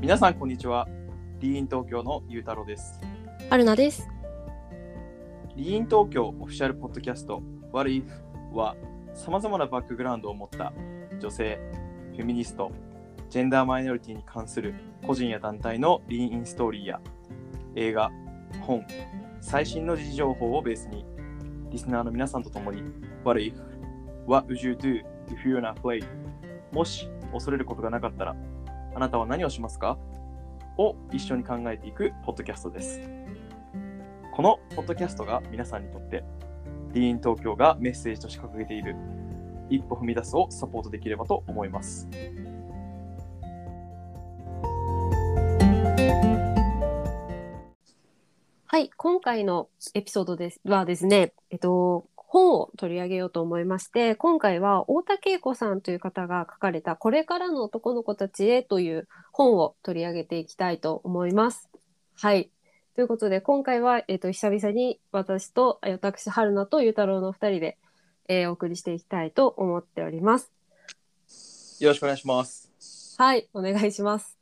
皆さんこんにちは。リーン東京のゆうたろうです。春菜です。リーン東京オフィシャルポッドキャスト What If はさまざまなバックグラウンドを持った女性、フェミニスト、ジェンダーマイノリティに関する個人や団体のリーンインストーリーや映画、本、最新の時事情報をベースにリスナーの皆さんと共に What If What would you do if you're not afraid もし恐れることがなかったらあなたは何をしますかを一緒に考えていくポッドキャストです。このポッドキャストが皆さんにとって、ディーン東京がメッセージとして掲げている、一歩踏み出すをサポートできればと思います。はい、今回のエピソードですはですね、えっと、本を取り上げようと思いまして、今回は太田恵子さんという方が書かれた、これからの男の子たちへという本を取り上げていきたいと思います。はい。ということで、今回は、えっと、久々に私と、え私、春菜とゆうたろうの二人で、えーお送りしていきたいと思っております。よろしくお願いします。はい、お願いします。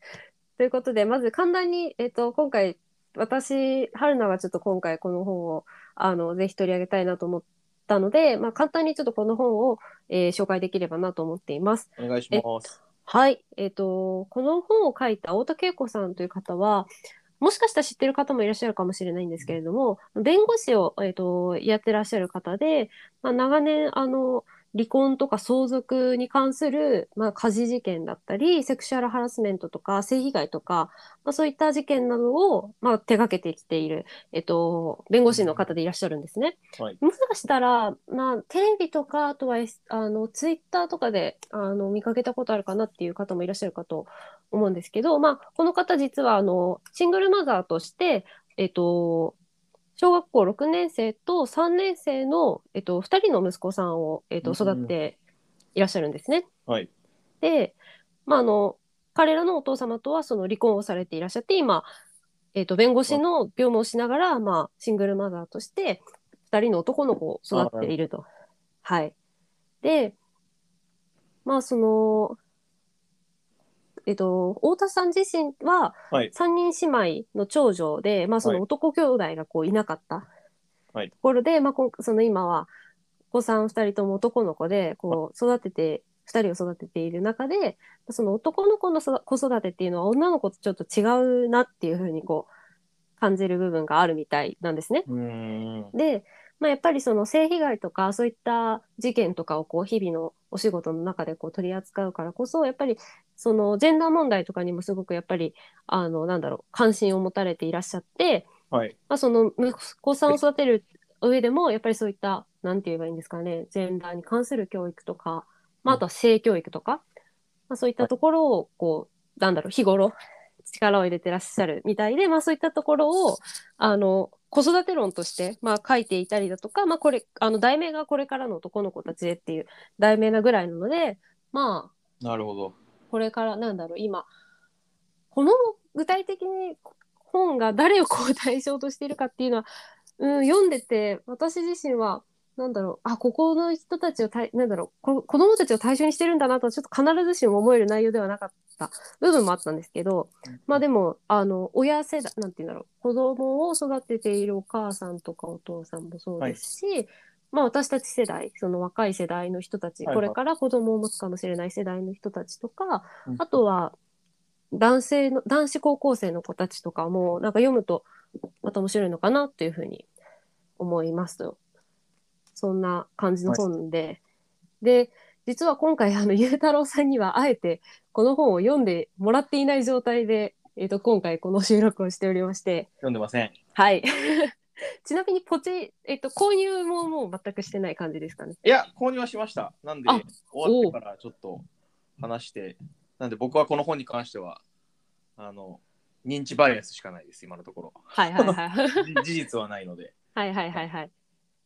ということで、まず簡単に、えっと、今回、私、春菜がちょっと今回この本を、あの、ぜひ取り上げたいなと思ったので、まあ、簡単にちょっとこの本を、えー紹介できればなと思っています。お願いします。はい、えっと、この本を書いた太田恵子さんという方は、もしかしたら知ってる方もいらっしゃるかもしれないんですけれども、弁護士を、えっと、やってらっしゃる方で、まあ、長年、あの、離婚とか相続に関する、まあ、家事事件だったり、セクシュアルハラスメントとか、性被害とか、まあ、そういった事件などを、まあ、手掛けてきている、えっと、弁護士の方でいらっしゃるんですね。はい。もしかしたら、まあ、テレビとか、あとは、S- あの、ツイッターとかで、あの、見かけたことあるかなっていう方もいらっしゃるかと思うんですけど、まあ、この方実は、あの、シングルマザーとして、えっと、小学校6年生と3年生の、えっと、2人の息子さんを、えっと、育っていらっしゃるんですね。はい。で、まあ、あの彼らのお父様とはその離婚をされていらっしゃって今、えー、と弁護士の業務をしながら、まあ、シングルマザーとして2人の男の子を育っていると。はい、でまあそのえっ、と太田さん自身ははい。 3人姉妹の長女で、まあ、そはいの男兄弟がこういなかったはいところで、まあ、こんその今はお子さん2人とも男の子でこう育てて2人を育てている中でその男の子のそ子育てっていうのは女の子とちょっと違うなっていうふうにこう感じる部分があるみたいなんですね。うーん。で、まあ、やっぱりその性被害とかそういった事件とかをこう日々のお仕事の中でこう取り扱うからこそやっぱりそのジェンダー問題とかにもすごくやっぱりあのなんだろう関心を持たれていらっしゃって、はい。まあ、その息子さんを育てる上でもやっぱりそういったなんて言えばいいんですかねジェンダーに関する教育とか、まあ、あとは性教育とか、まあ、そういったところをこうなんだろう日頃力を入れてらっしゃるみたいで、まあ、そういったところをあの子育て論として、まあ、書いていたりだとか、まあ、これあの題名が「これからの男の子たちへ」っていう題名なぐらいなのでまあなるほど。これからなんだろう今この具体的に本が誰をこう対象としているかっていうのは、うん、読んでて私自身はなんだろうあここの人たちをたいなんだろうこ子どもたちを対象にしてるんだなとちょっと必ずしも思える内容ではなかった部分もあったんですけどまあでもあの親世代なんて言うんだろう子供を育てているお母さんとかお父さんもそうですし、まあ、私たち世代その若い世代の人たち、はいはいこれから子供を持つかもしれない世代の人たちとか、うんあとは男性の男子高校生の子たちとかもなんか読むとまた面白いのかなというふうに思いますとそんな感じの本で、で実は今回あの ゆうたろうさんにはあえてこの本を読んでもらっていない状態で、えー、と今回この収録をしておりまして、読んでません。はい。 ちなみにポチ、えっと、購入ももう全くしてない感じですかね。いや、購入はしました。なんであ、終わってからちょっと話して、なんで僕はこの本に関しては、あの、認知バイアスしかないです、今のところ。はいはいはい。じ事実はないので。 はいはいはいはい。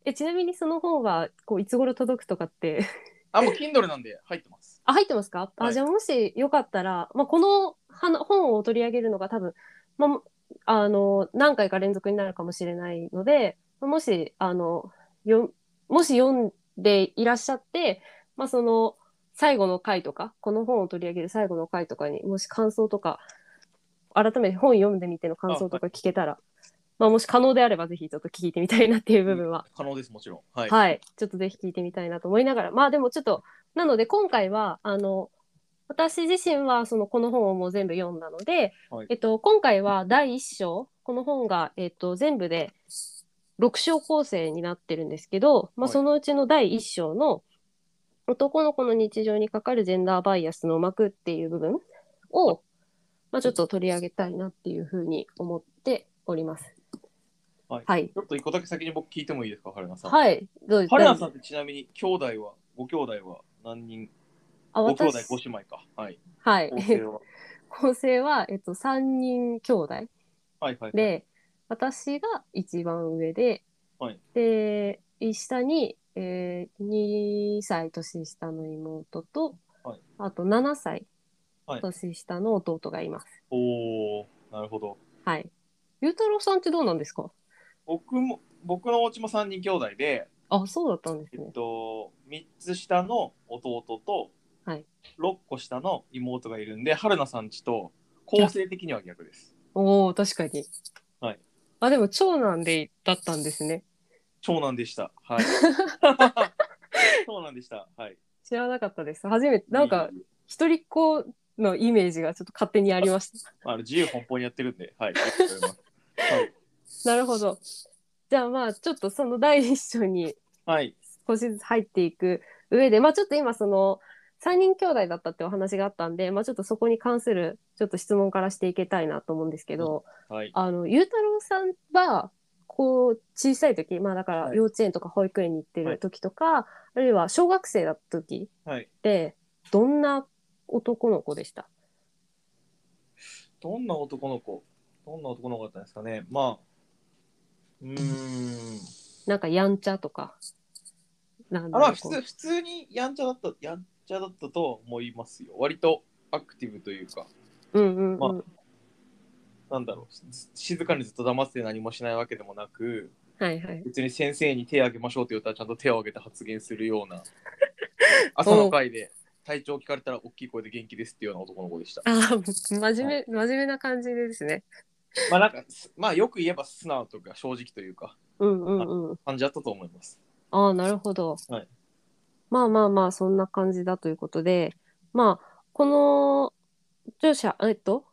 え、ちなみにその本は、こう、いつ頃届くとかって、あ、もう Kindle なんで入ってます。あ、入ってますかあ、はいじゃあもしよかったら、まあ、この花本を取り上げるのが多分、まあ、あの、何回か連続になるかもしれないので、もし、あの、よ、もし読んでいらっしゃって、まあ、その、最後の回とか、この本を取り上げる最後の回とかにもし感想とか改めて本読んでみての感想とか聞けたら、まあ、もし可能であればぜひちょっと聞いてみたいなっていう部分は、可能です、もちろん。はい。はい、ちょっとぜひ聞いてみたいなと思いながら、まあでもちょっと、なので今回は、あの、私自身はそのこの本をもう全部読んだので、はいえっと、今回は第1章、この本が、えっと、全部で6章構成になってるんですけど、まあ、はいそのうちの第1章の男の子の日常にかかるジェンダーバイアスの膜っていう部分を、まあ、ちょっと取り上げたいなっていうふうに思っております。はいはい。ちょっと一個だけ先に僕聞いてもいいですか、春菜さん。い。はい。どうです春菜さんってちなみに、兄弟は、ご兄弟は何人あ、ご兄弟私ご姉妹か。はい。はい。構成は。 構成は、えっと、3人兄弟はいはい。で私が一番上で、はいで下に、えー、2歳年下の妹と、はいあと7歳はい年下の弟がいます。おおなるほど。はい、ゆうたろうさんってどうなんですか僕も、僕のお家も3人兄弟で、あそうだったんですえねっ。と、3つ下の弟と、はい6個下の妹がいるんで、春菜さんちと構成的には逆です。おお確かに。はい、あでも長男でだったんですね。長男でした。 はい。長男でした。はい。知らなかったです。初めてなんかいい、一人っ子のイメージがちょっと勝手にありました。あの自由奔放にやってるんで、はい。ありがとうございますはいなるほど。じゃあまあちょっとその第一章にはい。少しずつ入っていく上で、まあ、ちょっと今その3人兄弟だったってお話があったんで、まあ、ちょっとそこに関するちょっと質問からしていけたいなと思うんですけど、はい。あのゆうたろうさんはこう小さい時、まあ、だからはい幼稚園とか保育園に行ってる時とか、あるいは小学生だった時はい。ってどんな男の子でしたどんな男の子どんな男の子だったんですかねまあ、うーん。なんかやんちゃとか。なんあだまろうあ、普通、普通にやんちゃだった、やんちゃだったと思いますよ。割とアクティブというか、うんうんうん、まなんだろう、し静かにずっと黙って何もしないわけでもなく、はいはい。別に先生に手を挙げましょうと言ったらちゃんと手を挙げて発言するよう な、朝の会で体調聞かれたら大きい声で元気ですっていうような男の子でした。 ああ、真面目、真面目な感じですね。まあなんか、すまあよく言えば素直というか正直というか、うんうんうん。感じだったと思います。ああ、なるほど。はいまあまあまあ、そんな感じだということで、まあ、この著者、えっと、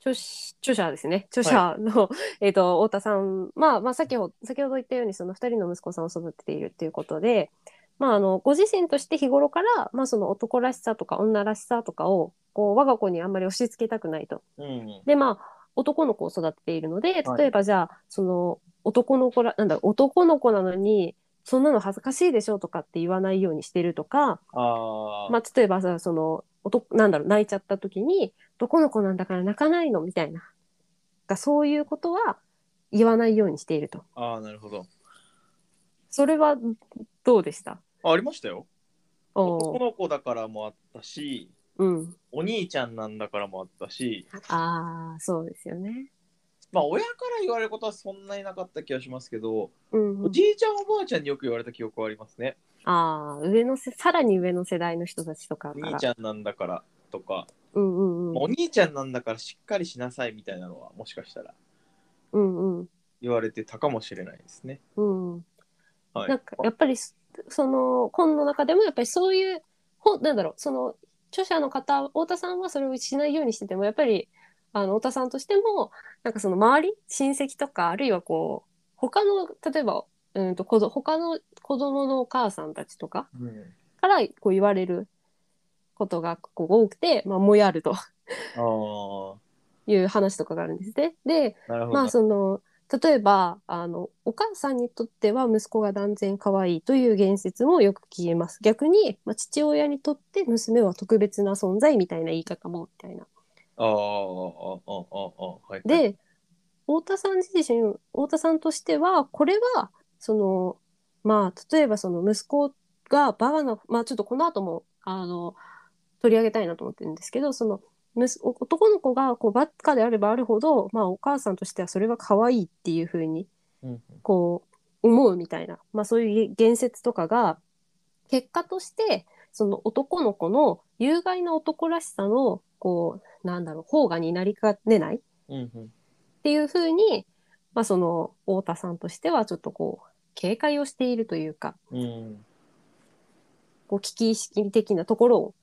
著し著者ですね。著者の、 えっと、太田さん、まあまあ、先ほど、先ほど言ったように、その二人の息子さんを育てているということで、まあ、あの、ご自身として日頃から、まあ、その男らしさとか女らしさとかを、こう、我が子にあんまり押し付けたくないと。うん。でまあ男の子を育てているのではい例えばじゃあ、その男の子らなんだろう男の子なのにそんなの恥ずかしいでしょとかって言わないようにしてるとか、ああ、まあ、例えばさその男なんだろう泣いちゃった時に「どこの子なんだから泣かないの」みたいながそういうことは言わないようにしているとああ、なるほど。それはどうでしたあありましたよ。お男ーの子だからもあったし、うん、お兄ちゃんなんだからもあったし、ああそうですよね。まあ親から言われることはそんなになかった気がしますけど、うんうおん、じいちゃんおばあちゃんによく言われた記憶はありますね。ああ上のせさらに上の世代の人たちとかかおら兄ちゃんなんだからとか、うんうんうんまあお兄ちゃんなんだからしっかりしなさいみたいなのはもしかしたらうんうん言われてたかもしれないですね。うん、はい、なんかやっぱりそその本の中でもやっぱりそういう本なんだろうその著者の方太田さんはそれをしないようにしててもやっぱりあの太田さんとしてもなんかその周り親戚とかあるいはこう他の例えばうんと子ど他の子供のお母さんたちとかうんからこう言われることがこう多くて、まあ、もやるとあーいう話とかがあるんですね。でなるほど。まあその例えばあのお母さんにとっては息子が断然可愛いという言説もよく聞えます逆に、まあ、父親にとって娘は特別な存在みたいな言い方もみたいな。あーあーあーあーあーはい。で太田さん自身太田さんとしてはこれはそのまあ例えばその息子がバカなまあちょっとこの後もあの取り上げたいなと思ってるんですけどそのむす男の子がこうバカであればあるほど、まあ、お母さんとしてはそれが可愛いっていうふうにうんこう思うみたいな、まあ、そういう言説とかが結果としてその男の子の有害な男らしさのこうなんだろう方がになりかねないうんうんっていうふうに、まあ、その太田さんとしてはちょっとこう警戒をしているというかうんこう危機意識的なところを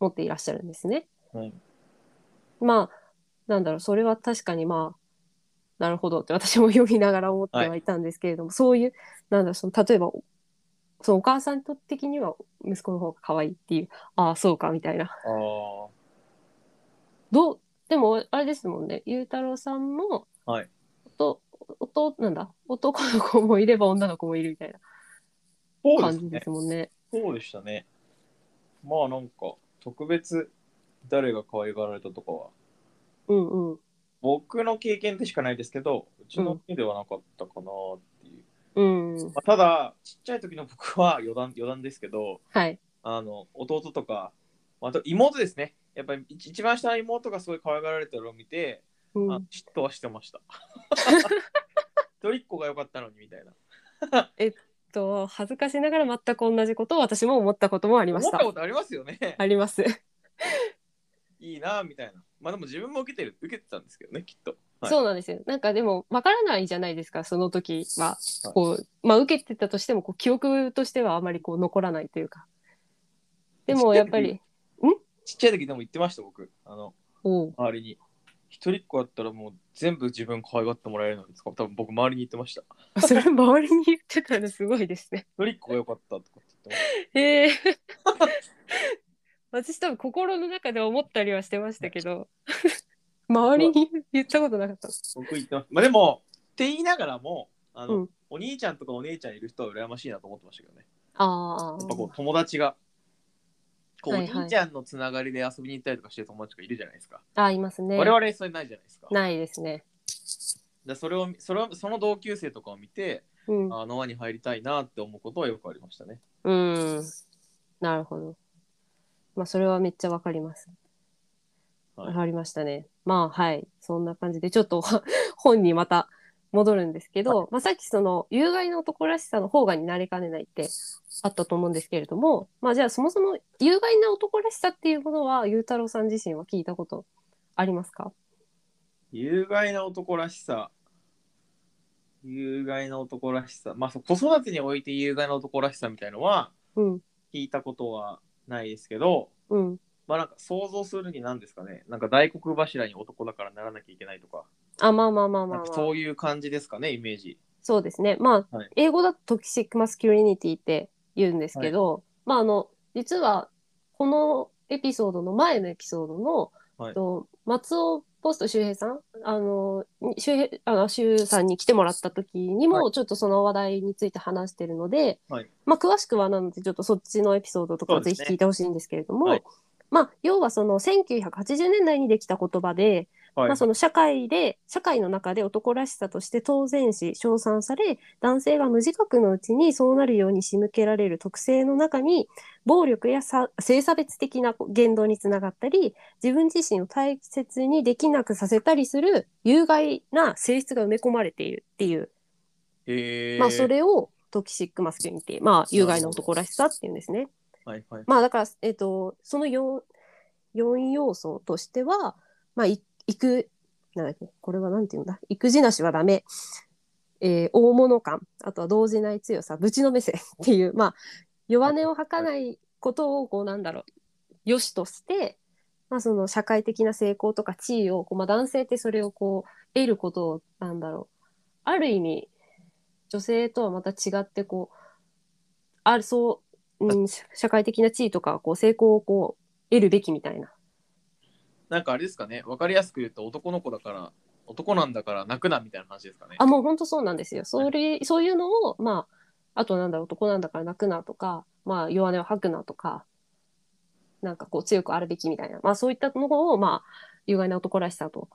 持っていらっしゃるんですね。はいまあなんだろうそれは確かにまあなるほどって私も読みながら思ってはいたんですけれども、そういうなんだろうその例えばそのお母さんと的には息子の方が可愛いっていうああそうかみたいなああどうでもあれですもんね裕太郎さんも、はいとおとなんだ男の子もいれば女の子もいるみたいなそうで感すじねですもんね。そうでしたね。まあなんか、特別誰が可愛がられたとかは、うんうん僕の経験でしかないですけど、うちの家ではなかったかなっていう。うんまあ、ただ、ちっちゃい時の僕は余談余談ですけど、はいあの弟とか、あと妹ですね。やっぱり一一番下の妹がすごい可愛がられてるのを見て、うんあ嫉妬はしてま した。一人っ子が良かったのにみたいな。と恥ずかしながら全く同じことを私も思ったこともありま思しったた。ことありますよね。あります。いいなみたいな。まあでも自分も受けてる受けてたんですけどね、きっと。はいそうなんですよ。なんかでもわからないじゃないですかその時ははいこうまあ受けてたとしてもこう記憶としてはあまりこう残らないというか。でもやっぱりちっちゃい時でも言ってました、僕。あのおう周りに。一人っ子だったらもう全部自分可愛がってもらえるのにとか、多分僕周りに言ってました。それ周りに言ってたのすごいですね。一人っ子が良かったとかって言ってましええ 私多分心の中では思ったりはしてました けど周りに言ったことなかった。た。僕言ってました。まあでも、って言いながらも、あの、うんお兄ちゃんとかお姉ちゃんいる人は羨ましいなと思ってましたけどね。あやっぱこう友達が、こうおはいはい兄ちゃんのつながりで遊びに行ったりとかしてる友達がいるじゃないですか。ああいますね。我々それないじゃないですか。ないですね。でそれをそれをその同級生とかを見て、うん。あの輪に入りたいなって思うことはよくありましたね。うん。なるほど。まあ、それはめっちゃわかります。はわ、いかりましたね。まあ、はい。そんな感じで、ちょっと は本にまた戻るんですけど、まあ、さっきその、有害の男らしさの方がになりかねないってあったと思うんですけれども、まあ、じゃあ、そもそも有害な男らしさっていうものは、ゆうたろうさん自身は聞いたことありますか有害な男らしさ。有害な男らしさ。まあ、そう子育てにおいて有害な男らしさみたいのはうん。聞いたことはないですけど、うん。まあなんか想像するに何ですかね。なんか大黒柱に男だからならなきゃいけないとか、あ、まあまあまあまあ、なんまあか。そういう感じですかね、イメージ。そうですね。まあ、はい英語だとトキシックマスキュリニティって言うんですけど、まあ、あの、実は、このエピソードの前のエピソードの、はいと松尾ポスト周平さん、あの、に周平、あの、周さんに来てもらった時にはも、ちょっとその話題について話してるので、はいまあ、詳しくはなので、ちょっとそっちのエピソードとかをそうでぜすひね聞いてほしいんですけれども、はいまあ、要はその1980年代にできた言葉で、はい。まあ、その社会で社会の中で男らしさとして当然視称賛され男性が無自覚のうちにそうなるように仕向けられる特性の中に暴力やさ性差別的な言動につながったり自分自身を大切にできなくさせたりする有害な性質が埋め込まれているっていう、へーまあ、それをトキシックマスキュリニティ、まあ、有害な男らしさっていうんですね。はいはい。まあだから、えっと、その 4, 4要素としては、まあ、い育なんだっけこれはなんていうんだ育児なしはダメ、えー大物感あとは動じない強さぶちのめせ っていう、まあ、弱音を吐かないことをこうなんだろう良しとして、まあ、その社会的な成功とか地位をこう、まあ、男性ってそれをこう得ることをなんだろうある意味女性とはまた違ってこうあるそう、うん、社社会的な地位とかこう成功をこう得るべきみたいな。なんかあれですかね、わかりやすく言うと男の子だから、男なんだから泣くなみたいな話ですかね。あもう本当そうなんですよ。それそういうのをまああとなんだろう男なんだから泣くなとか、まあ、弱音を吐くなとかなんかこう強くあるべきみたいな、まあ、そういったのを、まあ、有害な男らしさと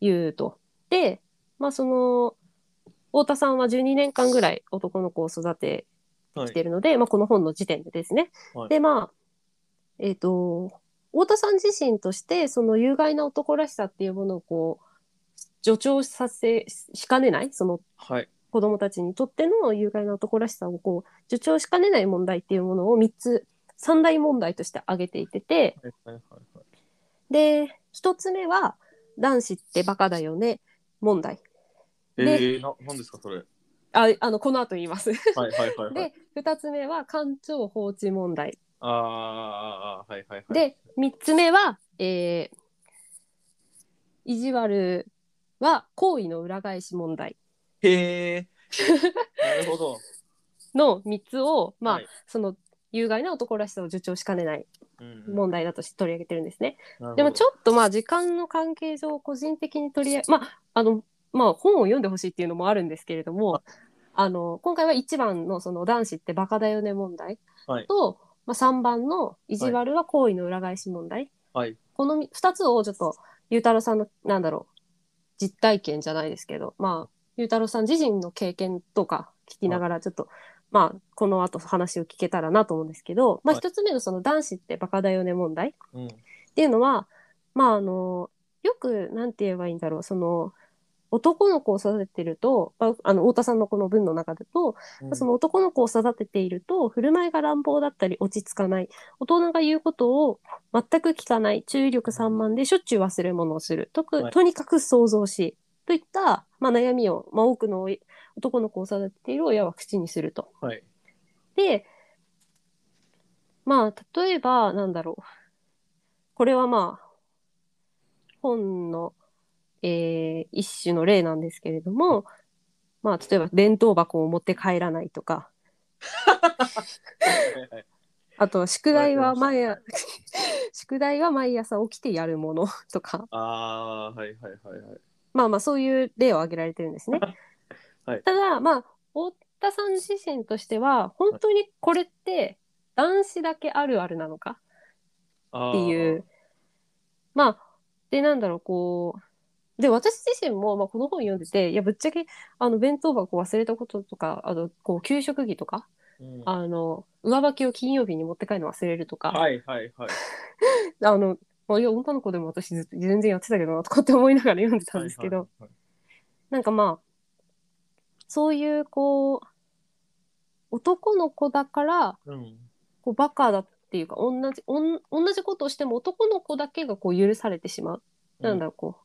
いうと。で、まあ、その太田さんは12年間ぐらい男の子を育てはしいて。るので、まあ、この本の時点でですね。はいでまあえっ、と太田さん自身としてその有害な男らしさっていうものをこう助長させしかねないそのはい。子どもたちにとっての有害な男らしさをこう助長しかねない問題っていうものを3つ三大問題として挙げていててはいはいはいはい。で一つ目は男子ってバカだよね問題えー、ななんですかそれ。はいああのこの後言いますはいはいはい。 で二つ目は官庁放置問題あーあーあーはいはいはい。で3つ目は、えー意地悪は行為の裏返し問題へ え。なるほど。の3つを、まあはいその有害な男らしさを助長しかねないうんうん問題だとして取り上げてるんですね。なるほどでもちょっとまあ時間の関係上個人的に取り上げまああのまあ本を読んでほしいっていうのもあるんですけれどもあの今回は1番のその男子ってバカだよね問題はいと、まあ、3番の意地悪は行為の裏返し問題、はい。このみ2つをちょっとゆうたろうさんのなんだろう実体験じゃないですけどまあゆうたろうさん自身の経験とか聞きながらちょっと、まあこの後話を聞けたらなと思うんですけど、まあ、はい1つ目のその男子ってバカだよね問題っうん。ていうのはまああのよくなんて言えばいいんだろうその男の子を育ててるとまああの太田さんのこの文の中だとうんその男の子を育てていると振る舞いが乱暴だったり落ち着かない大人が言うことを全く聞かない注意力散漫でしょっちゅう忘れ物をするとはいとにかく想像しといった、まあ、悩みを、まあ、多くのおい男の子を育てている親は口にすると。はい。でまあ例えばなんだろうこれはまあ本の、えー一種の例なんですけれどもまあ例えば弁当箱を持って帰らないとかはいはいあとは宿題は毎わ朝 宿題は毎朝起きてやるもの とかああー、はいはいはいはい。まあまあそういう例を挙げられてるんですね。はいただまあ太田さん自身としては本当にこれって男子だけあるあるなのかあーっていう。まあでなんだろうこうで私自身も、まあ、この本読んでていやぶっちゃけあの弁当箱忘れたこととかあのこう給食費とかうんはあの上履きを金曜日に持って帰るの忘れるとか、いはいはい。あの、まあ、いや、女の子でも私ずっと全然やってたけどなとかって思いながら読んでたんですけど、はいはいはいなんかまあ、そういうこう、男の子だから、うん。こうバカだっていうか、同じ、おん同じことをしても男の子だけがこう許されてしまう。なんだろう、こ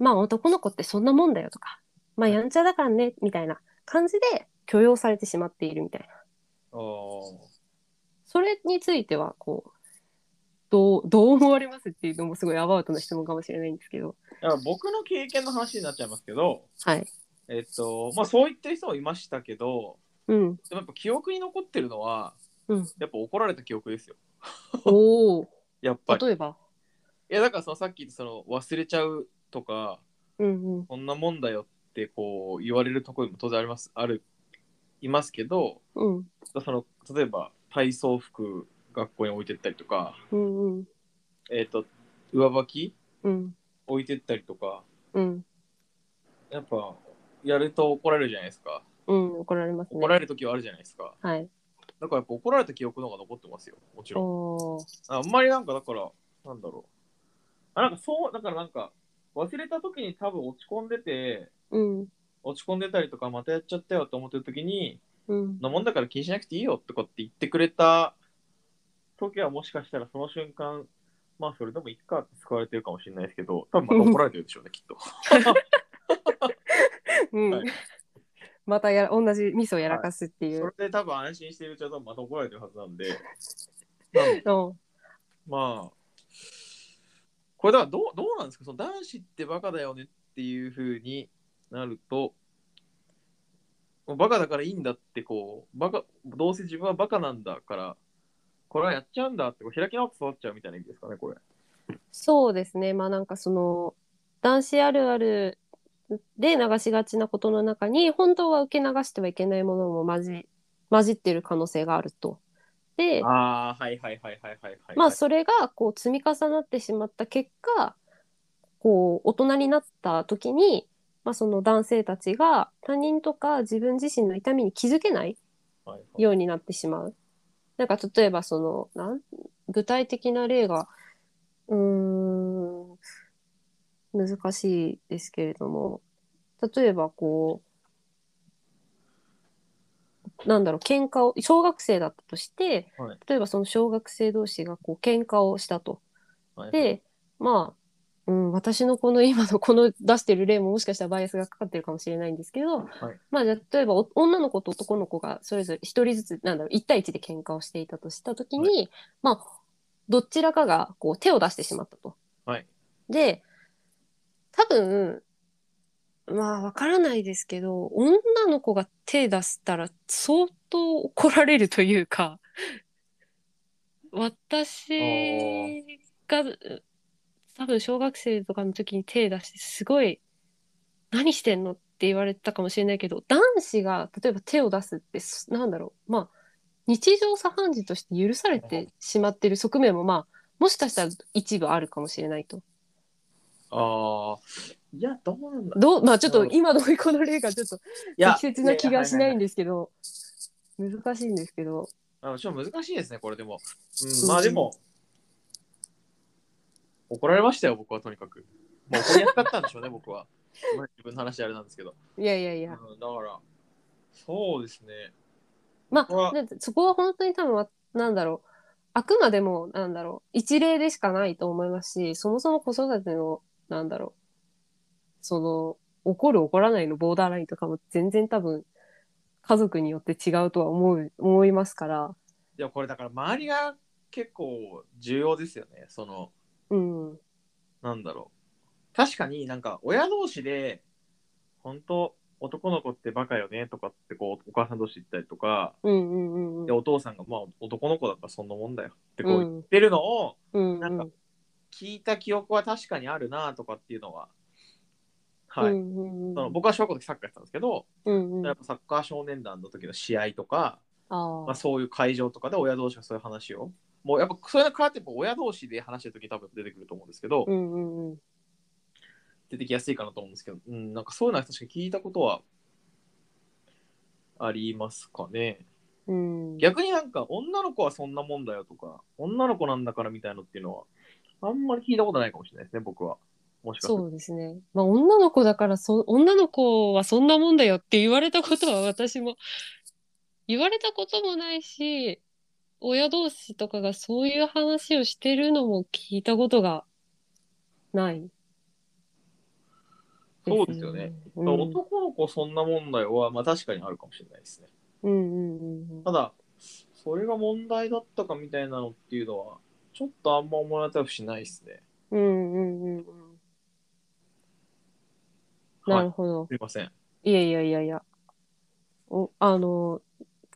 う、まあ男の子ってそんなもんだよとか、まあやんちゃだからね、みたいな感じで許容されてしまっているみたいな。あーそれについては、こう、どう、 どう思われますっていうのもすごいアバウトな質問かもしれないんですけど。だから僕の経験の話になっちゃいますけど、はい。えっと、まあそう言ってる人もいましたけど、 うん。でもやっぱ記憶に残ってるのは、うんやっぱ怒られた記憶ですよ。おお。やっぱり。例えば。いやだからそのさっきその忘れちゃうとか、うんうんこんなもんだよってこう言われるところも当然あります、ある、いますけど、うんその例えば体操服学校に置いてったりとか、うんうんえっ、と、上履きうん置いてったりとか、うんやっぱやると怒られるじゃないですか。うん怒られますね。怒られる時はあるじゃないですか。はい。だからやっぱ怒られた記憶の方が残ってますよ、もちろん。おお。あんまりなんかだから、なんだろう。あ、なんかそう、だからなんか、忘れた時に多分落ち込んでて、うん落ち込んでたりとか、またやっちゃったよと思ってる時に、うんそんなもんだから気にしなくていいよとかって言ってくれた時はもしかしたらその瞬間、まあそれでもいいかって使われてるかもしれないですけど、多分また怒られてるでしょうね、きっと。うん。はい またやら同じミスをやらかすってい。そうれで多分安心してるうちは多分また怒られてるはずなんで、なんでおまあ、これだからどうどうなんですかその男子ってバカだよねっていう風になると、もうバカだからいいんだってこう、バカどうせ自分はバカなんだから、これはやっちゃうんだってこう開き直って育っちゃうみたいな意味ですかね、これ。そうですね。まあなんかその男子あるあるで流しがちなことの中に本当は受け流してはいけないものも混じ混じってる可能性があると。で、ああ、はいはいはいはいはい、はい。まあそれがこう積み重なってしまった結果こう大人になった時に、まあ、その男性たちが他人とか自分自身の痛みに気づけないはいはいようになってしまう。なんか例えばそのなん具体的な例がうーん難しいですけれども例えばこうなんだろう喧嘩を小学生だったとして、はい例えばその小学生同士がこう喧嘩をしたと。はいはいでまあ、うん、私のこの今のこの出してる例ももしかしたらバイアスがかかってるかもしれないんですけど、まあ、例えばお女の子と男の子がそれぞれ一人ずつなんだろう1対1で喧嘩をしていたとした時に、はまあどちらかがこう手を出してしまったと。はいで多分まあわからないですけど女の子が手出したら相当怒られるというか私が多分小学生とかの時に手出してすごい何してんのって言われたかもしれないけど男子が例えば手を出すってすなんだろうまあ日常茶飯事として許されてしまってる側面もまあもしかしたら一部あるかもしれないと。ああ。いや、どうなんだ。どうまあちょっなとるほど今のこの例がちょっといや適切な気がしないんで。ですけど難しいんですけどあのちょっと難しいですね、これでも。ううんん、まあでも、怒られましたよ、僕はとにかく。まあ怒りやすかったんでしょう ね、僕は。ごめん自分の話あれなんですけど。いやいやいうん、だやから、そうですね。まこれはあだってそこは本当に多分わなんだろうあくまでもなんだろう一例でしかないと思いますしそもそも子育てのなんだろうその怒る怒らないのボーダーラインとかも全然多分家族によって違うとは思う思いますからいや、これだから周りが結構重要ですよね。その、うんなんだろう。確かになんか親同士で、本当男の子ってバカよねとかってこうお母さん同士言ったりとか、うんうんうんでうんお父さんがまあ男の子だからそんなもんだよってこうう言っんてるのをうんなんか聞いた記憶は確かにあるなとかっていうのは、はい。うんうんうんその僕は小学校の時サッカーやってたんですけど、うんうんやっぱサッカー少年団の時の試合とか、あまあ、あそういう会場とかで親同士がそういう話を、もうやっぱそういうのからってやっぱ親同士で話してる時に多分出てくると思うんですけど、うんうんうん出てきやすいかなと思うんですけど、うん、なんかそういうのは確かに聞いたことはありますかね。うん逆になんか女の子はそんなもんだよとか、女の子なんだからみたいなのっていうのは、あんまり聞いたことないかもしれないですね、僕は。もしかするそと。うですね。まあ女の子だからそ女の子はそんなもんだよって言われたことは私も言われたこともないし親同士とかがそういう話をしてるのも聞いたことがないですそうですよね。うん、うん男の子そんなもんだよは、まあ確かにあるかもしれないですね。うんうんうんただ、それが問題だったかみたいなのっていうのは、ちょっとあんま思い当たりしないですね。うんうんうんうんなはいる。ほど。すいません。いやいやいやいや。お、あの、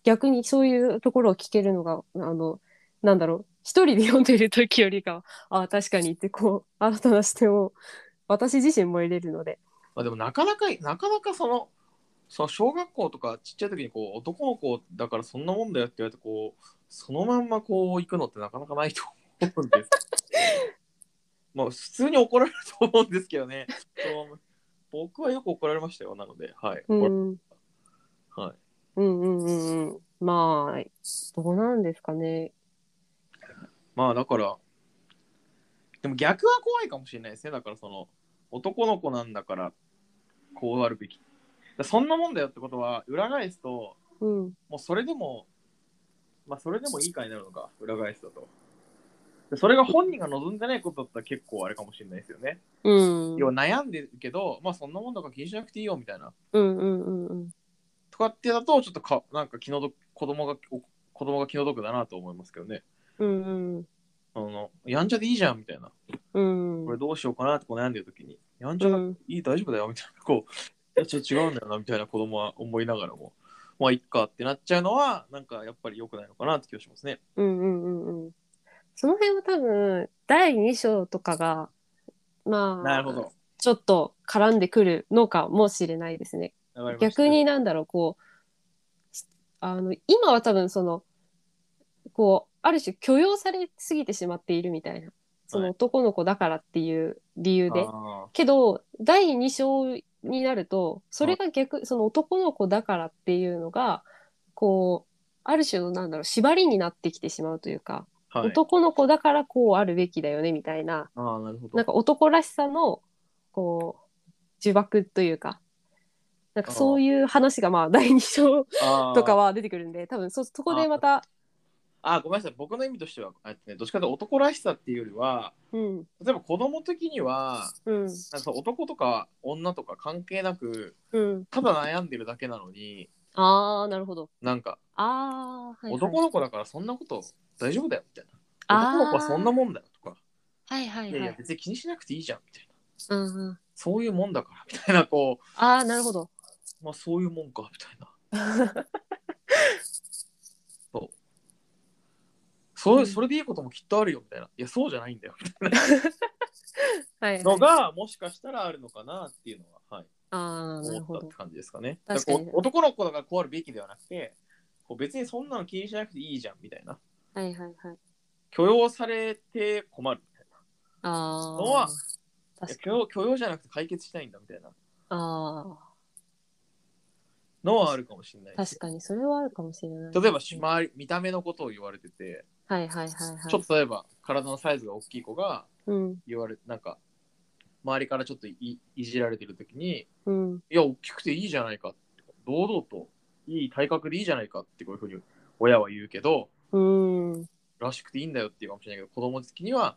逆にそういうところを聞けるのが、あの、なんだろう、一人で読んでる時よりかは、ああ、確かにって、こう、新たな視点を、私自身も入れるので。まあ、でもなかなか、なかなかその、その小学校とかちっちゃい時にこう男の子だからそんなもんだよって言われてこうそのまんまこう行くのってなかなかないと 思うんです。まあ普通に怒られると思うんですけどね。そのまま僕はよく怒られましたよなので、はい。うん、うこれんはい、うんうんうん。まあ、どうなんですかね。まあだからでも逆は怖いかもしれないですね。だからその男の子なんだからこうあるべき。だからそんなもんだよってことは裏返すとうん。もうそれでも、まあそれでもいいかになるのか、裏返すだと。でそれが本人が望んでないことだったら結構あれかもしれないですよね。うん。要は悩んでるけど、まあそんなもんだから気にしなくていいよみたいな。うんうんうんうん。とかってだと、ちょっとか、なんか気の毒、子供が、お子供が気の毒だなと思いますけどね。うんあの、やんちゃでいいじゃんみたいな。うん。こうれん。どうしようかなってこう悩んでるときに、やんちうゃだ、ん。いい、大丈夫だよみたいな、こう、いや、ちょっと違うんだよなみたいな子供は思いながらも、まあいっかってなっちゃうのは、なんかやっぱり良くないのかなって気がしますね。うんうんうんうん。その辺は多分、第2章とかが、まあ、なるほど。ちょっと絡んでくるのかもしれないですね。わかりました逆になんだろうこうあの今は多分そのこうある種許容されすぎてしまっているみたいなそはのい男の子だからっていう理由で、あけど第2章になるとそれが逆その男の子だからっていうのがこうある種のなんだろう縛りになってきてしまうというか、ーはい、男の子だからこうあるべきだよねみたいなあーなるほど。なんか男らしさのこう呪縛というかなんかそういう話がまあ第2章あーとかは出てくるんで多分そそこでまたあ、ごめんなさい。僕の意味としては、あえっとね、どっちかというと男らしさっていうよりは、うん例えば子供的には、うなんんかそう男とか女とか関係なく、うんただ悩んでるだけなのに、ああなるほどなんか、ああ、はいはい、男の子だからそんなこと大丈夫だよみたいな。あー男の子はそんなもんだよとか、はいはいいはやいいや、別に気にしなくていいじゃんみたいな。うんうんそういうもんだからみたいな、こああなるほどう、まあそういうもんかみたいな。 そううんそれでいいこともきっとあるよみたいな。いや、そうじゃない んだよみたいはい、はない、のが、もしかしたらあるのかなっていうのは、はい、ああなる思ほったどって感じですかね。確かにだらこう男の子だからこうあるべきではなくて、こう別にそんなの気にしなくていいじゃんみたいな。はいはいはい許容されて困るみたいな。あのはあいや確かに許容許容じゃなくて解決したいんだみたいなあのはあるかもしれないあです確かにそれはあるかもしれない例えば周り見た目のことを言われてて、はいはいはいはいちょっと例えば体のサイズが大きい子がうん言われなんか周りからちょっといいじられてる時にうんいや大きくていいじゃないかって堂々といい体格でいいじゃないかってこういうふうに親は言うけどうんうんらしくていいんだよっていうかもしれないけど子供的には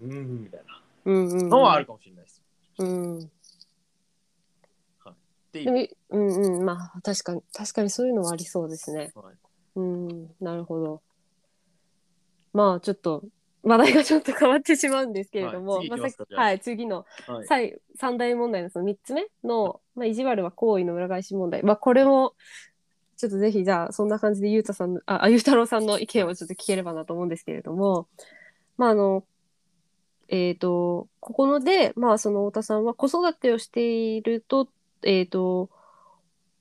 うーんみたいなうんのはあるるかもしれないです。うんででもうんうんまあ確かに確かにそういうのはありそうですねはいうんなるほどまあちょっと話題がちょっと変わってしまうんですけれども、はい次行きますかあさじゃあはい、次のはい最三大問題のその3つ目の、まあ、意地悪は行為の裏返し問題、まあ、これもちょっとぜひじゃあそんな感じでゆうたさんのああゆうたろうさんの意見をちょっと聞ければなと思うんですけれどもまああのえっ、とここのでまあその太田さんは子育てをしているとえっ、と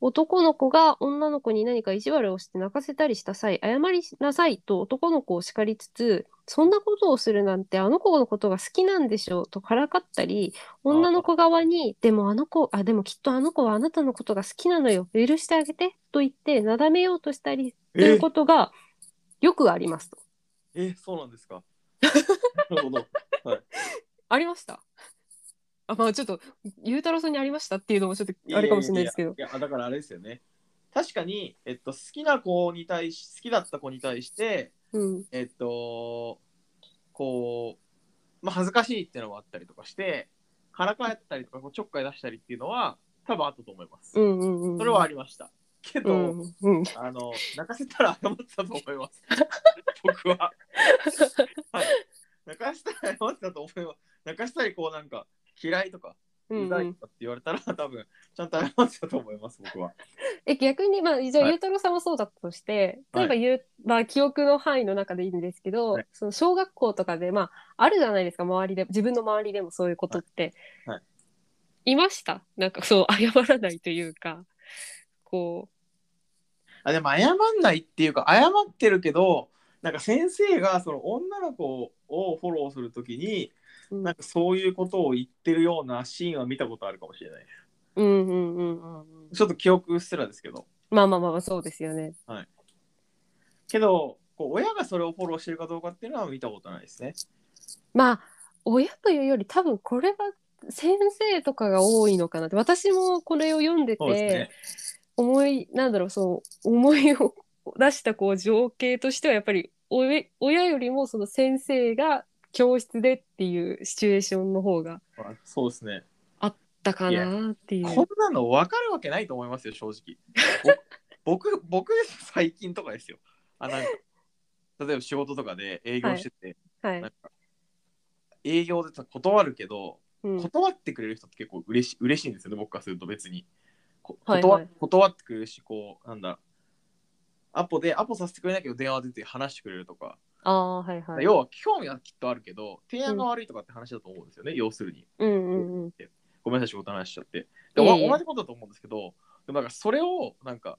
男の子が女の子に何か意地悪をして泣かせたりした際謝りなさいと男の子を叱りつつそんなことをするなんてあの子のことが好きなんでしょうとからかったり女の子側にでもあの子あでもきっとあの子はあなたのことが好きなのよ許してあげてと言ってなだめようとしたりということがよくありますと。ええそうなんですか。 なるほど。ありましたあまあちょっとゆうたろうさんにありましたっていうのもちょっとあれかもしれないですけど。ややだからあれですよね。確かに、えっと、好きな子に対し、好きだった子に対して、うんえっと、こう、まあ、恥ずかしいっていうのもあったりとかして、からかったりとか、こうちょっかい出したりっていうのは、多分あったと思います。うんうんうんそれはありました。けど、うんうんあの、泣かせたら謝ったと思い ます。僕は。はい。泣かせたら謝ったと思います。泣かしたり、こうなんか、嫌いとか、うんううざいんとかって言われたら、多分ちゃんと謝ったと思います、僕は。え逆にまあじゃあはいゆうたろうさんもそうだったとして、はい例えばゆう、まあ、記憶の範囲の中でいいんですけど、はいその小学校とかでまああるじゃないですか周りで自分の周りでもそういうことって、、はいはいましたなんかそう謝らないというかこあでも謝んないっていうか謝ってるけどなんか先生がその女の子をフォローするときにう、うん、なんかそういうことを言ってるようなシーンは見たことあるかもしれないうんうんうんうんうんちょっと記憶うっすらですけどまあまあまあまあそうですよねけどこう親がそれをフォローしてるかどうかっていうのは見たことないですねまあ親というより多分これは先生とかが多いのかなって私もこれを読んでてそうですね思いなんだろうそう思いを出したこう情景としてはやっぱりおえ親よりもその先生が教室でっていうシチュエーションの方があそうですねだかなっていう。こんなの分かるわけないと思いますよ正直ぼ 僕僕です最近とかですよあなんか例えば仕事とかで営業してて、はいなんか営業で断るけどうん断ってくれる人って結構嬉し嬉しいんですよね、僕からすると別に。こはい断はい断ってくれるし、こう、なんだ、アポで、アポさせてくれないけど、電話出て話してくれるとか、ああはいはい。要は興味はきっとあるけど、提案が悪いとかって話だと思うんですよね、要するに。うんうんうん。ごめんなさい、仕事の話しちゃって。いで、えいえお同じことだと思うんですけど、でもなんかそれを、なんか、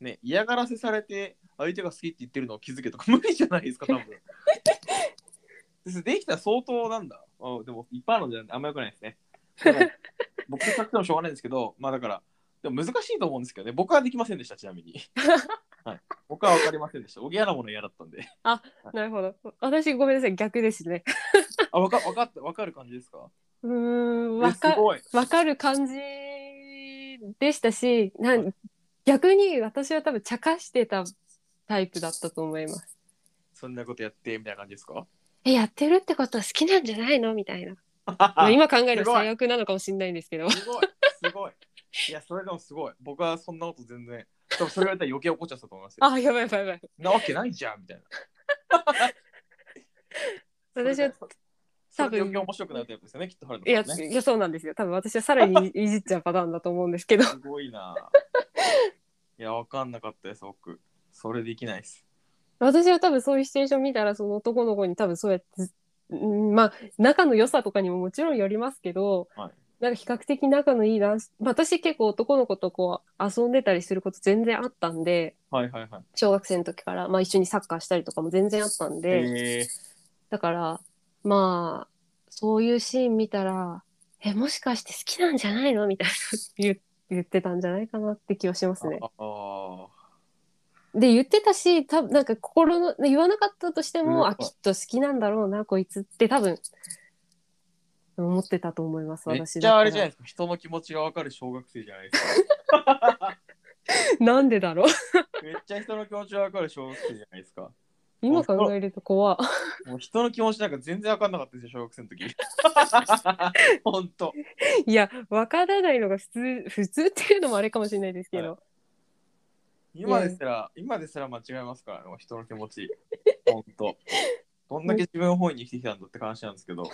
ね、嫌がらせされて、相手が好きって言ってるのを気づけとか、無理じゃないですか、多 分ですできたら相当なんだ。あでも、いっぱいあるのじゃあんまよくないです ね。でも僕と比較してもしょうがないんですけど、まあだから、でも難しいと思うんですけどね、僕はできませんでした、ちなみ に。はい、僕は分かりませんでした。僕嫌なもの嫌だったんで。なるほど。私ごめんなさい逆ですね。あ、わかわかったわかる感じですかうーんえわかすごい。わかる感じでしたしなん逆に私は多分茶化してたタイプだったと思います。そんなことやってみたいな感じですか え、やってるってことは好きなんじゃないのみたいな。まあ、今考えると最悪なのかもしれないんですけど。すごい、すごい。いや、それでもすごい。僕はそんなこと全然。多分それ言われたら余計怒っちゃったと思いますよ。 あ、やばいやばいやばい。なわけないじゃんみたいな。 私はそれでそれで余計面白くなるタイプですよね、きっと原いや、田さんね。いやそうなんですよ。多分私はさらに いいじっちゃうパターンだと思うんですけど。すごいな。いや、わかんなかったです、僕。それできないです。私は多分そういうシチュエーション見たら、その男の子に多分そうやって、うんまあ、仲の良さとかにももちろんよりますけど、はいなんか比較的仲のいい男子、まあ私結構男の子とこう遊んでたりすること全然あったんで、はいはいはい。小学生の時から、まあ一緒にサッカーしたりとかも全然あったんで、えー、だから、まあ、そういうシーン見たら、え、もしかして好きなんじゃないのみたいな 言言ってたんじゃないかなって気はしますね。ああで、言ってたし、多分なんか心の、言わなかったとしてうんも、あ、きっと好きなんだろうな、こいつって多分、思ってたと思います、ー。めっ私ちゃあれじゃなだっいですか。人の気持ちがわかる小学生じゃないですたら なんでだろうか。めっちゃ人の気持ちがわかる小学生じゃないですか。今考えると怖い。もう人の気持ちなんか全然わかんなかったですよ、小学生の時。ほんと。 いや、わからないのが普通、普通っていうのもあれかもしれないですけど。今ですら、今ですら間違えますからね、人の気持ち。ほんと。どんだけ自分本位に生きてきたんだって話なんですけど。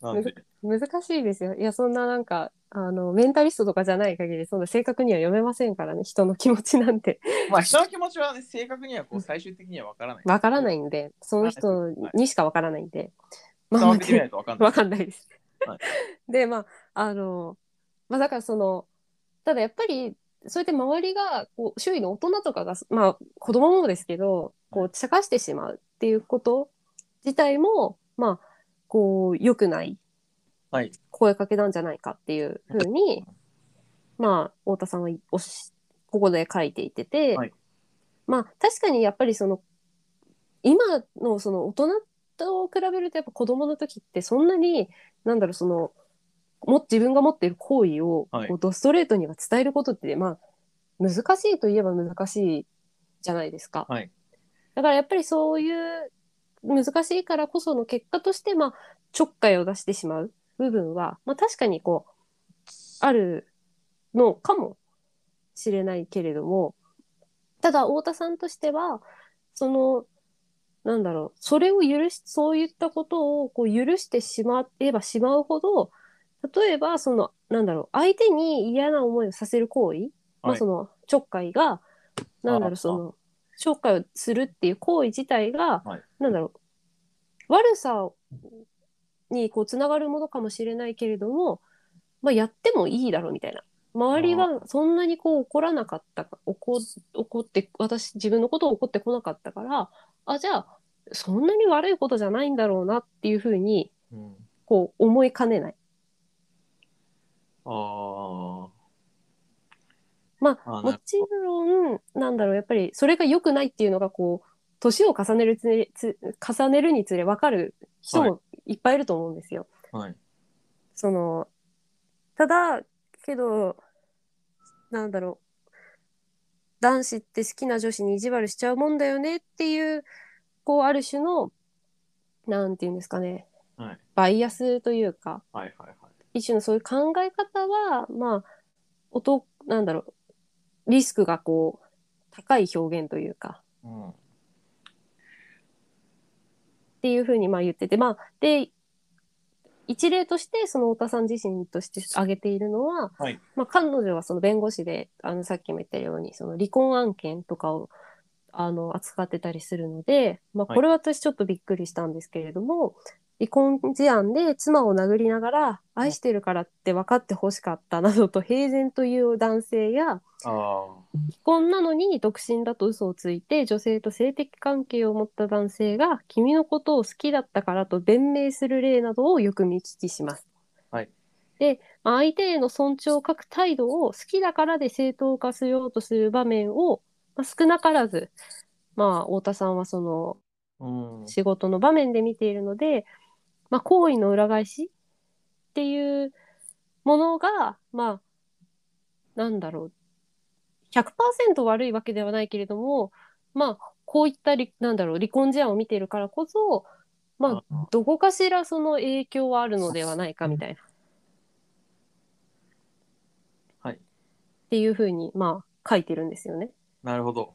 なんで、難しいですよ。いや、そんななんか、あの、メンタリストとかじゃない限り、そんな正確には読めませんからね、人の気持ちなん てまあ人の気持ちはね、正確にはこう最終的にはわからない。。わからないいんで、その人にしかわからないんで、ま伝あ、わまっあてみないとわかんない。わかんないです。はい で、まあ、あの、まあ、だからその、ただやっぱり、そうやって周りが、こう、周囲の大人とかが、まあ、子供もですけど、こう、茶化してしまうっていうこと自体も、まあ、こう、良くないはい。声かけなんじゃないかっていうふうに、まあ、太田さんはおしここで書いていてて、はいまあ、確かにやっぱりその、今のその大人と比べるとやっぱ子供の時ってそんなに、なんだろう、その、も自分が持っている行為をはいこうドストレートには伝えることって、まあ、難しいといえば難しいじゃないですか。はいだからやっぱりそういう難しいからこその結果として、まあ、ちょっかいを出してしまう部分は、まあ、確かにこうあるのかもしれないけれどもただ太田さんとしてはそのなんだろうそれを許しそういったことをこう許してしまえばしまうほど例えばそのなんだろう相手に嫌な思いをさせる行為、はまあ、いそのちょっかいがなんだろあうそのちょっかいをするっていう行為自体が、はいなんだろう悪さにこうつながるものかもしれないけれども、まあ、やってもいいだろうみたいな周りはそんなにこう怒らなかったか怒怒って私自分のことを怒ってこなかったからあじゃあそんなに悪いことじゃないんだろうなっていうふうにうん、こう思いかねない。あまああ、ーなもるちろん、なんだろう、やっぱり、それが良くないっていうのが、こう、年を重ねるつれつ、重ねるにつれ分かる人もいっぱいいると思うんですよ。あ。はい。その、ただ、けど、なんだろう、男子って好きな女子に意地悪しちゃうもんだよねっていう、こう、ある種の、なんていうんですかね、はい。バイアスというか、はいはいはい。一種のそういう考え方は、まあ、音、なんだろう、リスクがこう、高い表現というか、うん。っていうふうにまあ言ってて、まあ、で、一例として、その太田さん自身として挙げているのは、はいまあ、彼女はその弁護士で、あの、さっきも言ったように、その離婚案件とかを、あの、扱ってたりするので、まあ、はいこれは私ちょっとびっくりしたんですけれども、離婚事案で妻を殴りながら、愛してるからって分かってほしかったなどと平然という男性や、ああ。既婚なのに独身だと嘘をついて女性と性的関係を持った男性が君のことを好きだったからと弁明する例などをよく見聞きします。はい、でまあ相手への尊重を欠く態度を好きだからで正当化しようとする場面を、まあ、少なからず、まあ、太田さんはそのうん。仕事の場面で見ているので、まあ、行為の裏返しっていうものが、まあ、なんだろう、100%悪いわけではないけれども、まあこういったりなんだろう離婚事案を見ているからこそまあどこかしらその影響はあるのではないかみたいな。はいっていうふうにまあ書いてるんですよね。なるほど。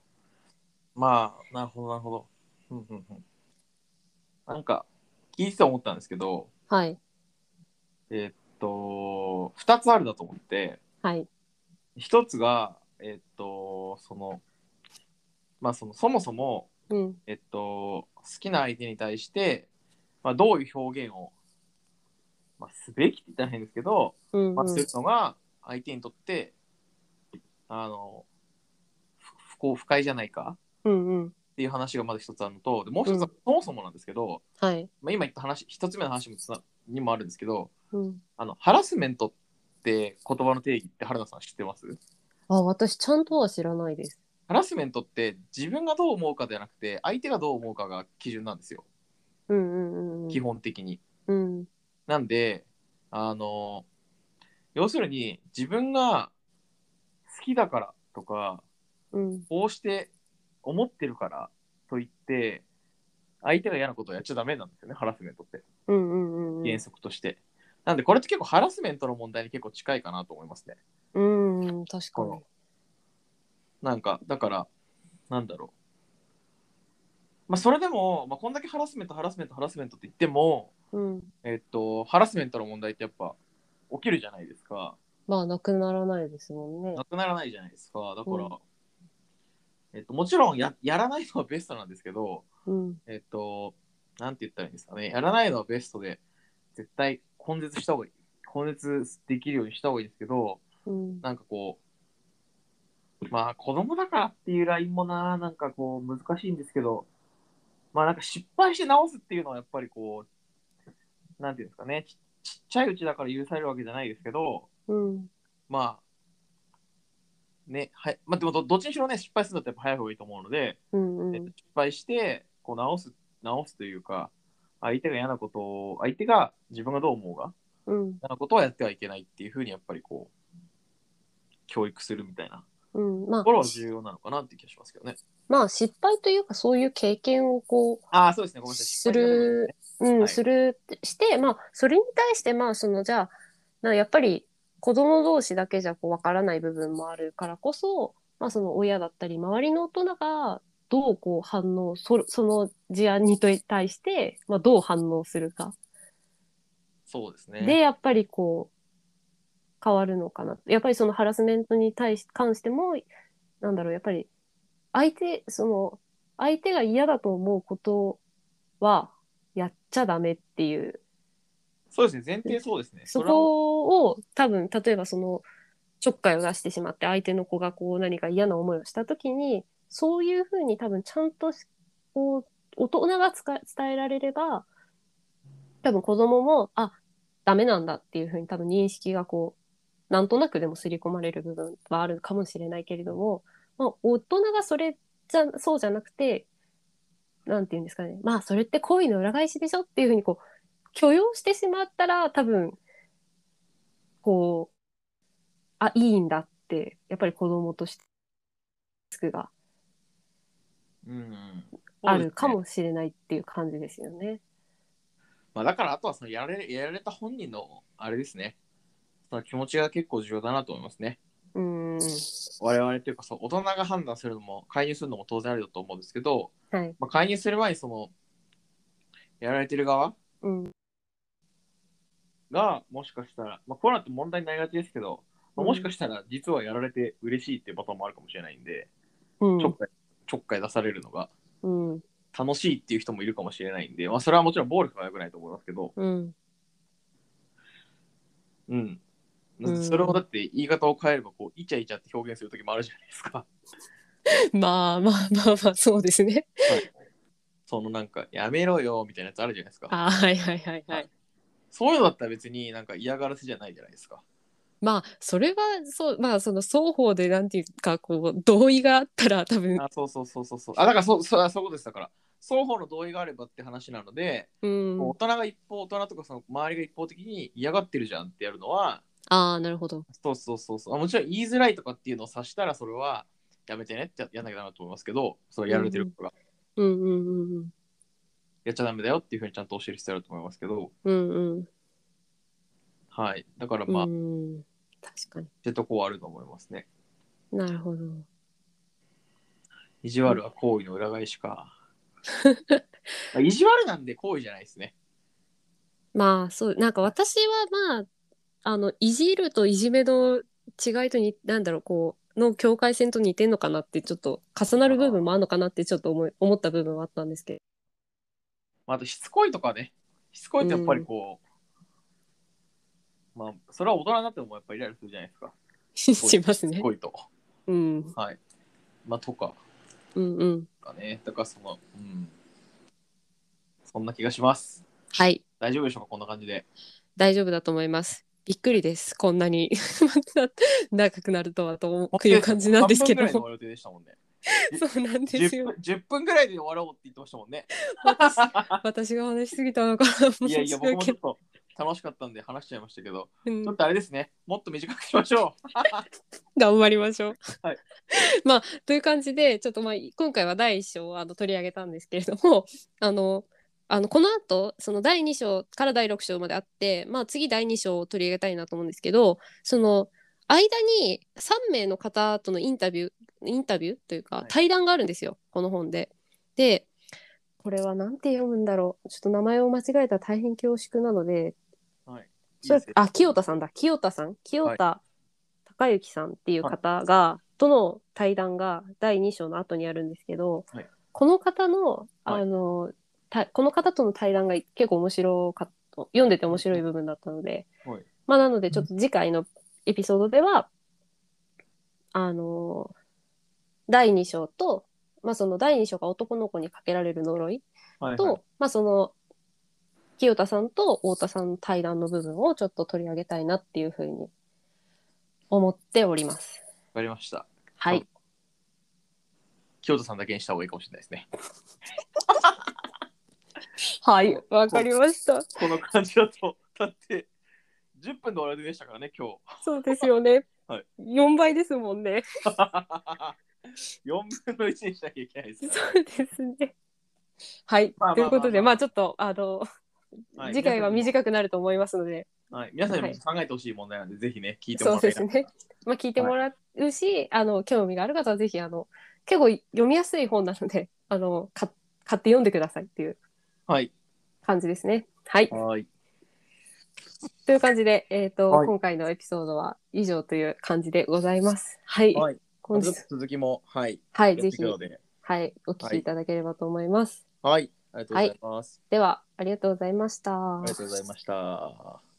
まあ、なるほど、なるほど。うんうんうん、なんか、聞いてて思ったんですけど、はいえーっと、2つあるだと思って、はい1つが、えーっと、その、まあ、その、そもそも、うんえっと、好きな相手に対して、まあ、どういう表現を、まあ、すべきって言ったら変ですけど、うんまあ、うすんるのが相手にとって、あのふ不幸不快じゃないかうんうんっていう話がまず一つあるのとでもう一つうんはそもそもなんですけど、はいまあ、今言った話一つ目の話もつなにもあるんですけどうん。あのハラスメントって言葉の定義って春菜さん知ってますあ私ちゃんとは知らないです。ハラスメントって自分がどう思うかではなくて相手がどう思うかが基準なんですようんうんうんうん基本的に。うんなんで、あの、要するに自分が好きだからとか、うんこうして思ってるからといって、相手が嫌なことをやっちゃダメなんですよね、ハラスメントって。うんうんうん原則として。なんで、これって結構ハラスメントの問題に結構近いかなと思いますね。うんうん確かに。なんか、だから、なんだろう。まあ、それでも、まあ、こんだけハラスメント、ハラスメント、ハラスメントって言っても、うんえっと、ハラスメントの問題ってやっぱ起きるじゃないですか。まあなくならないですもんね。なくならないじゃないですか。だから、うんえっと、もちろんややらないのはベストなんですけど、うんえっと、なんて言ったらいいんですかね。やらないのはベストで、絶対根絶した方がいい。根絶できるようにした方がいいんですけど、うんなんかこう、まあ子供だからっていうラインもな、なんかこう難しいんですけど、まあなんか失敗して直すっていうのはやっぱりこう、なんていうんですかね、ちちっちゃいうちだから許されるわけじゃないですけど、うんまあ、ね、はい、まあでもどどっちにしろね、失敗するのってやっぱ早い方がいいと思うので、うんうえっとん失敗して、こう直す、直すというか、相手が嫌なことを、相手が自分がどう思うが、うん嫌なことはやってはいけないっていうふうにやっぱりこう、教育するみたいなうんまあところは重要なのかなっていう気がしますけどね。まあ失敗というかそういう経験をこああ、そうですね、ごめんうなさい。す失敗が多いですねる、うんはいするしてまあそれに対してまあそのじゃあなやっぱり子供同士だけじゃこうわからない部分もあるからこそ、まあ、その親だったり周りの大人がどうこう反応そその事案に対して、まあ、どう反応するかそうですね。でやっぱりこう変わるのかなやっぱりそのハラスメントに対し関してもなんだろうやっぱり相手その相手が嫌だと思うことはやっちゃダメっていうそうですね、前提そうですね。それはもうこを多分例えばそのちょっかいを出してしまって相手の子がこう何か嫌な思いをした時にそういうふうに多分ちゃんとしこう大人がつか伝えられれば多分子供もあダメなんだっていうふうに多分認識がこうなんとなくでも刷り込まれる部分はあるかもしれないけれども、まあ、大人がそれじゃそうじゃなくてなんていうんですかねまあそれって行為の裏返しでしょっていうふうにこう許容してしまったら多分こう、あ、いいんだって、やっぱり子供として、リスクがうんうんあるかそうですねもしれないっていう感じですよね。まあ、だからあとはそのやられやられた本人のあれですね。その気持ちが結構重要だなと思いますね。うーん。我々というかそう大人が判断するのも介入するのも当然あると思うんですけど、はい。まあ、介入する前にそのやられてる側うん。がもしかしたら、まあ、こうなって問題になりがちですけど、まあ、もしかしたら実はやられて嬉しいっていうパターンもあるかもしれないんで、うちょっん。かいちょっかい出されるのがうん。楽しいっていう人もいるかもしれないんで、まあ、それはもちろん暴力は良くないと思いますけど、うん。うん。うんそれをだって言い方を変えればこうイチャイチャって表現する時もあるじゃないですか。 まあまあまあまあ、そうですね。そのなんかやめろよみたいなやつあるじゃないですか。あはいはいはいはい。そういうのだったら別になんか嫌がらせじゃないじゃないですか。まあ、それは、そう、まあ、その双方で、なんていうか、こう、同意があったら、多分、あそうそうそうそうそう。あだからそうそうあそういうことですだから双方の同意があればって話なので、うんもう。大人が一方大人とかその周りが一方的に嫌がってるじゃんってやるのはああ、なるほど。そうそうそうそうあもちろん言いづらいとかっていうのを察したらそれはやめてねってややんなきゃダメだと思いますけど、それやられてる方が、うんうんうんやっちゃダメだよっていうふうにちゃんと教える必要あると思いますけど、うんうんはい。だからうんまあ、っうん確かにてとこはあると思いますね。なるほど意地悪は行為の裏返し か。あ意地悪なんで行為じゃないですね。まあそうなんか私はまああのいじるといじめの違いとになんだろうこうの境界線と似てんのかなってちょっと重なる部分もあるのかなってちょっと思い思った部分はあったんですけど まあ、あとしつこいとかね。しつこいってやっぱりこう、まあ、それは大人になってもやっぱりイライラするじゃないですか。しますしつね。こいと。うんはい。まあ、とか、うんうん。かね。だからその、うん。そんな気がします。はい、大丈夫でしょうかこんな感じで。大丈夫だと思います。びっくりです。こんなに 長くなるとはと思ういう感じなんですけど3分ぐらいの。終わる予定でしたもんね。そうなんです10よ分。10分ぐらいで終わろうって言ってましたもんね。私私が話しすぎたのかな。いやいや、申し僕も訳ちょなっと楽しかったんで話しちゃいましたけど、いうんちょっとあれですね、もっと短くしましょう。 頑張りましょう。はい、 まあという感じでちょっと、まあ、今回は第1章をあの取り上げたんですけれども あのあのこの後その第2章から第6章まであって、まあ、次第2章を取り上げたいなと思うんですけどその間に3名の方とのインタビューインタビューというはいか対談があるんですよ、この本で。でこれは何て読むんだろうちょっと名前を間違えたら大変恐縮なのではい。それあ清田ささんだ清田さん清田隆之さんっていう方が、との対談が第2章の後にあるんですけど、はいこの方のあの、たこの方との対談が結構面白かった読んでて面白い部分だったので、はいまあなのでちょっと次回のエピソードでは、あの第2章と、まあ、その第2章が男の子にかけられる呪いん、はいはいと、まあその清田さんと太田さんの対談の部分をちょっと取り上げたいなっていうふうに思っております。わかりました。ははいい。清田さんだけにした方がいいかもしれないですね。はい、わかりました。この感じだと、だって、10分で終わりでしたからね、今日。 そうですよね。はい4倍ですもんね。 4分の1にしなきゃいけないですそからね。うですね。はいまあまあまあまあ。ということで、まあちょっと、あの、はい次回は短くなると思いますので、はい、皆さんにも考えてほしい問題なんで、ぜひね、聞いてもそらうえたでらすね。まあ聞いてもらうし、あの、興味がある方はぜひ、あの、結構読みやすい本なので、あの、か買って読んでくださいっていうはい。感じですね。はい。はい。という感じで、えーとはい今回のエピソードは以上という感じでございます。はい、はい。本ちょ日っと続きも、はい。はい、やってぜいひく、ので。はい、お聞きいただければと思います。はい。ありがとうございます。では、ありがとうございました。ありがとうございました。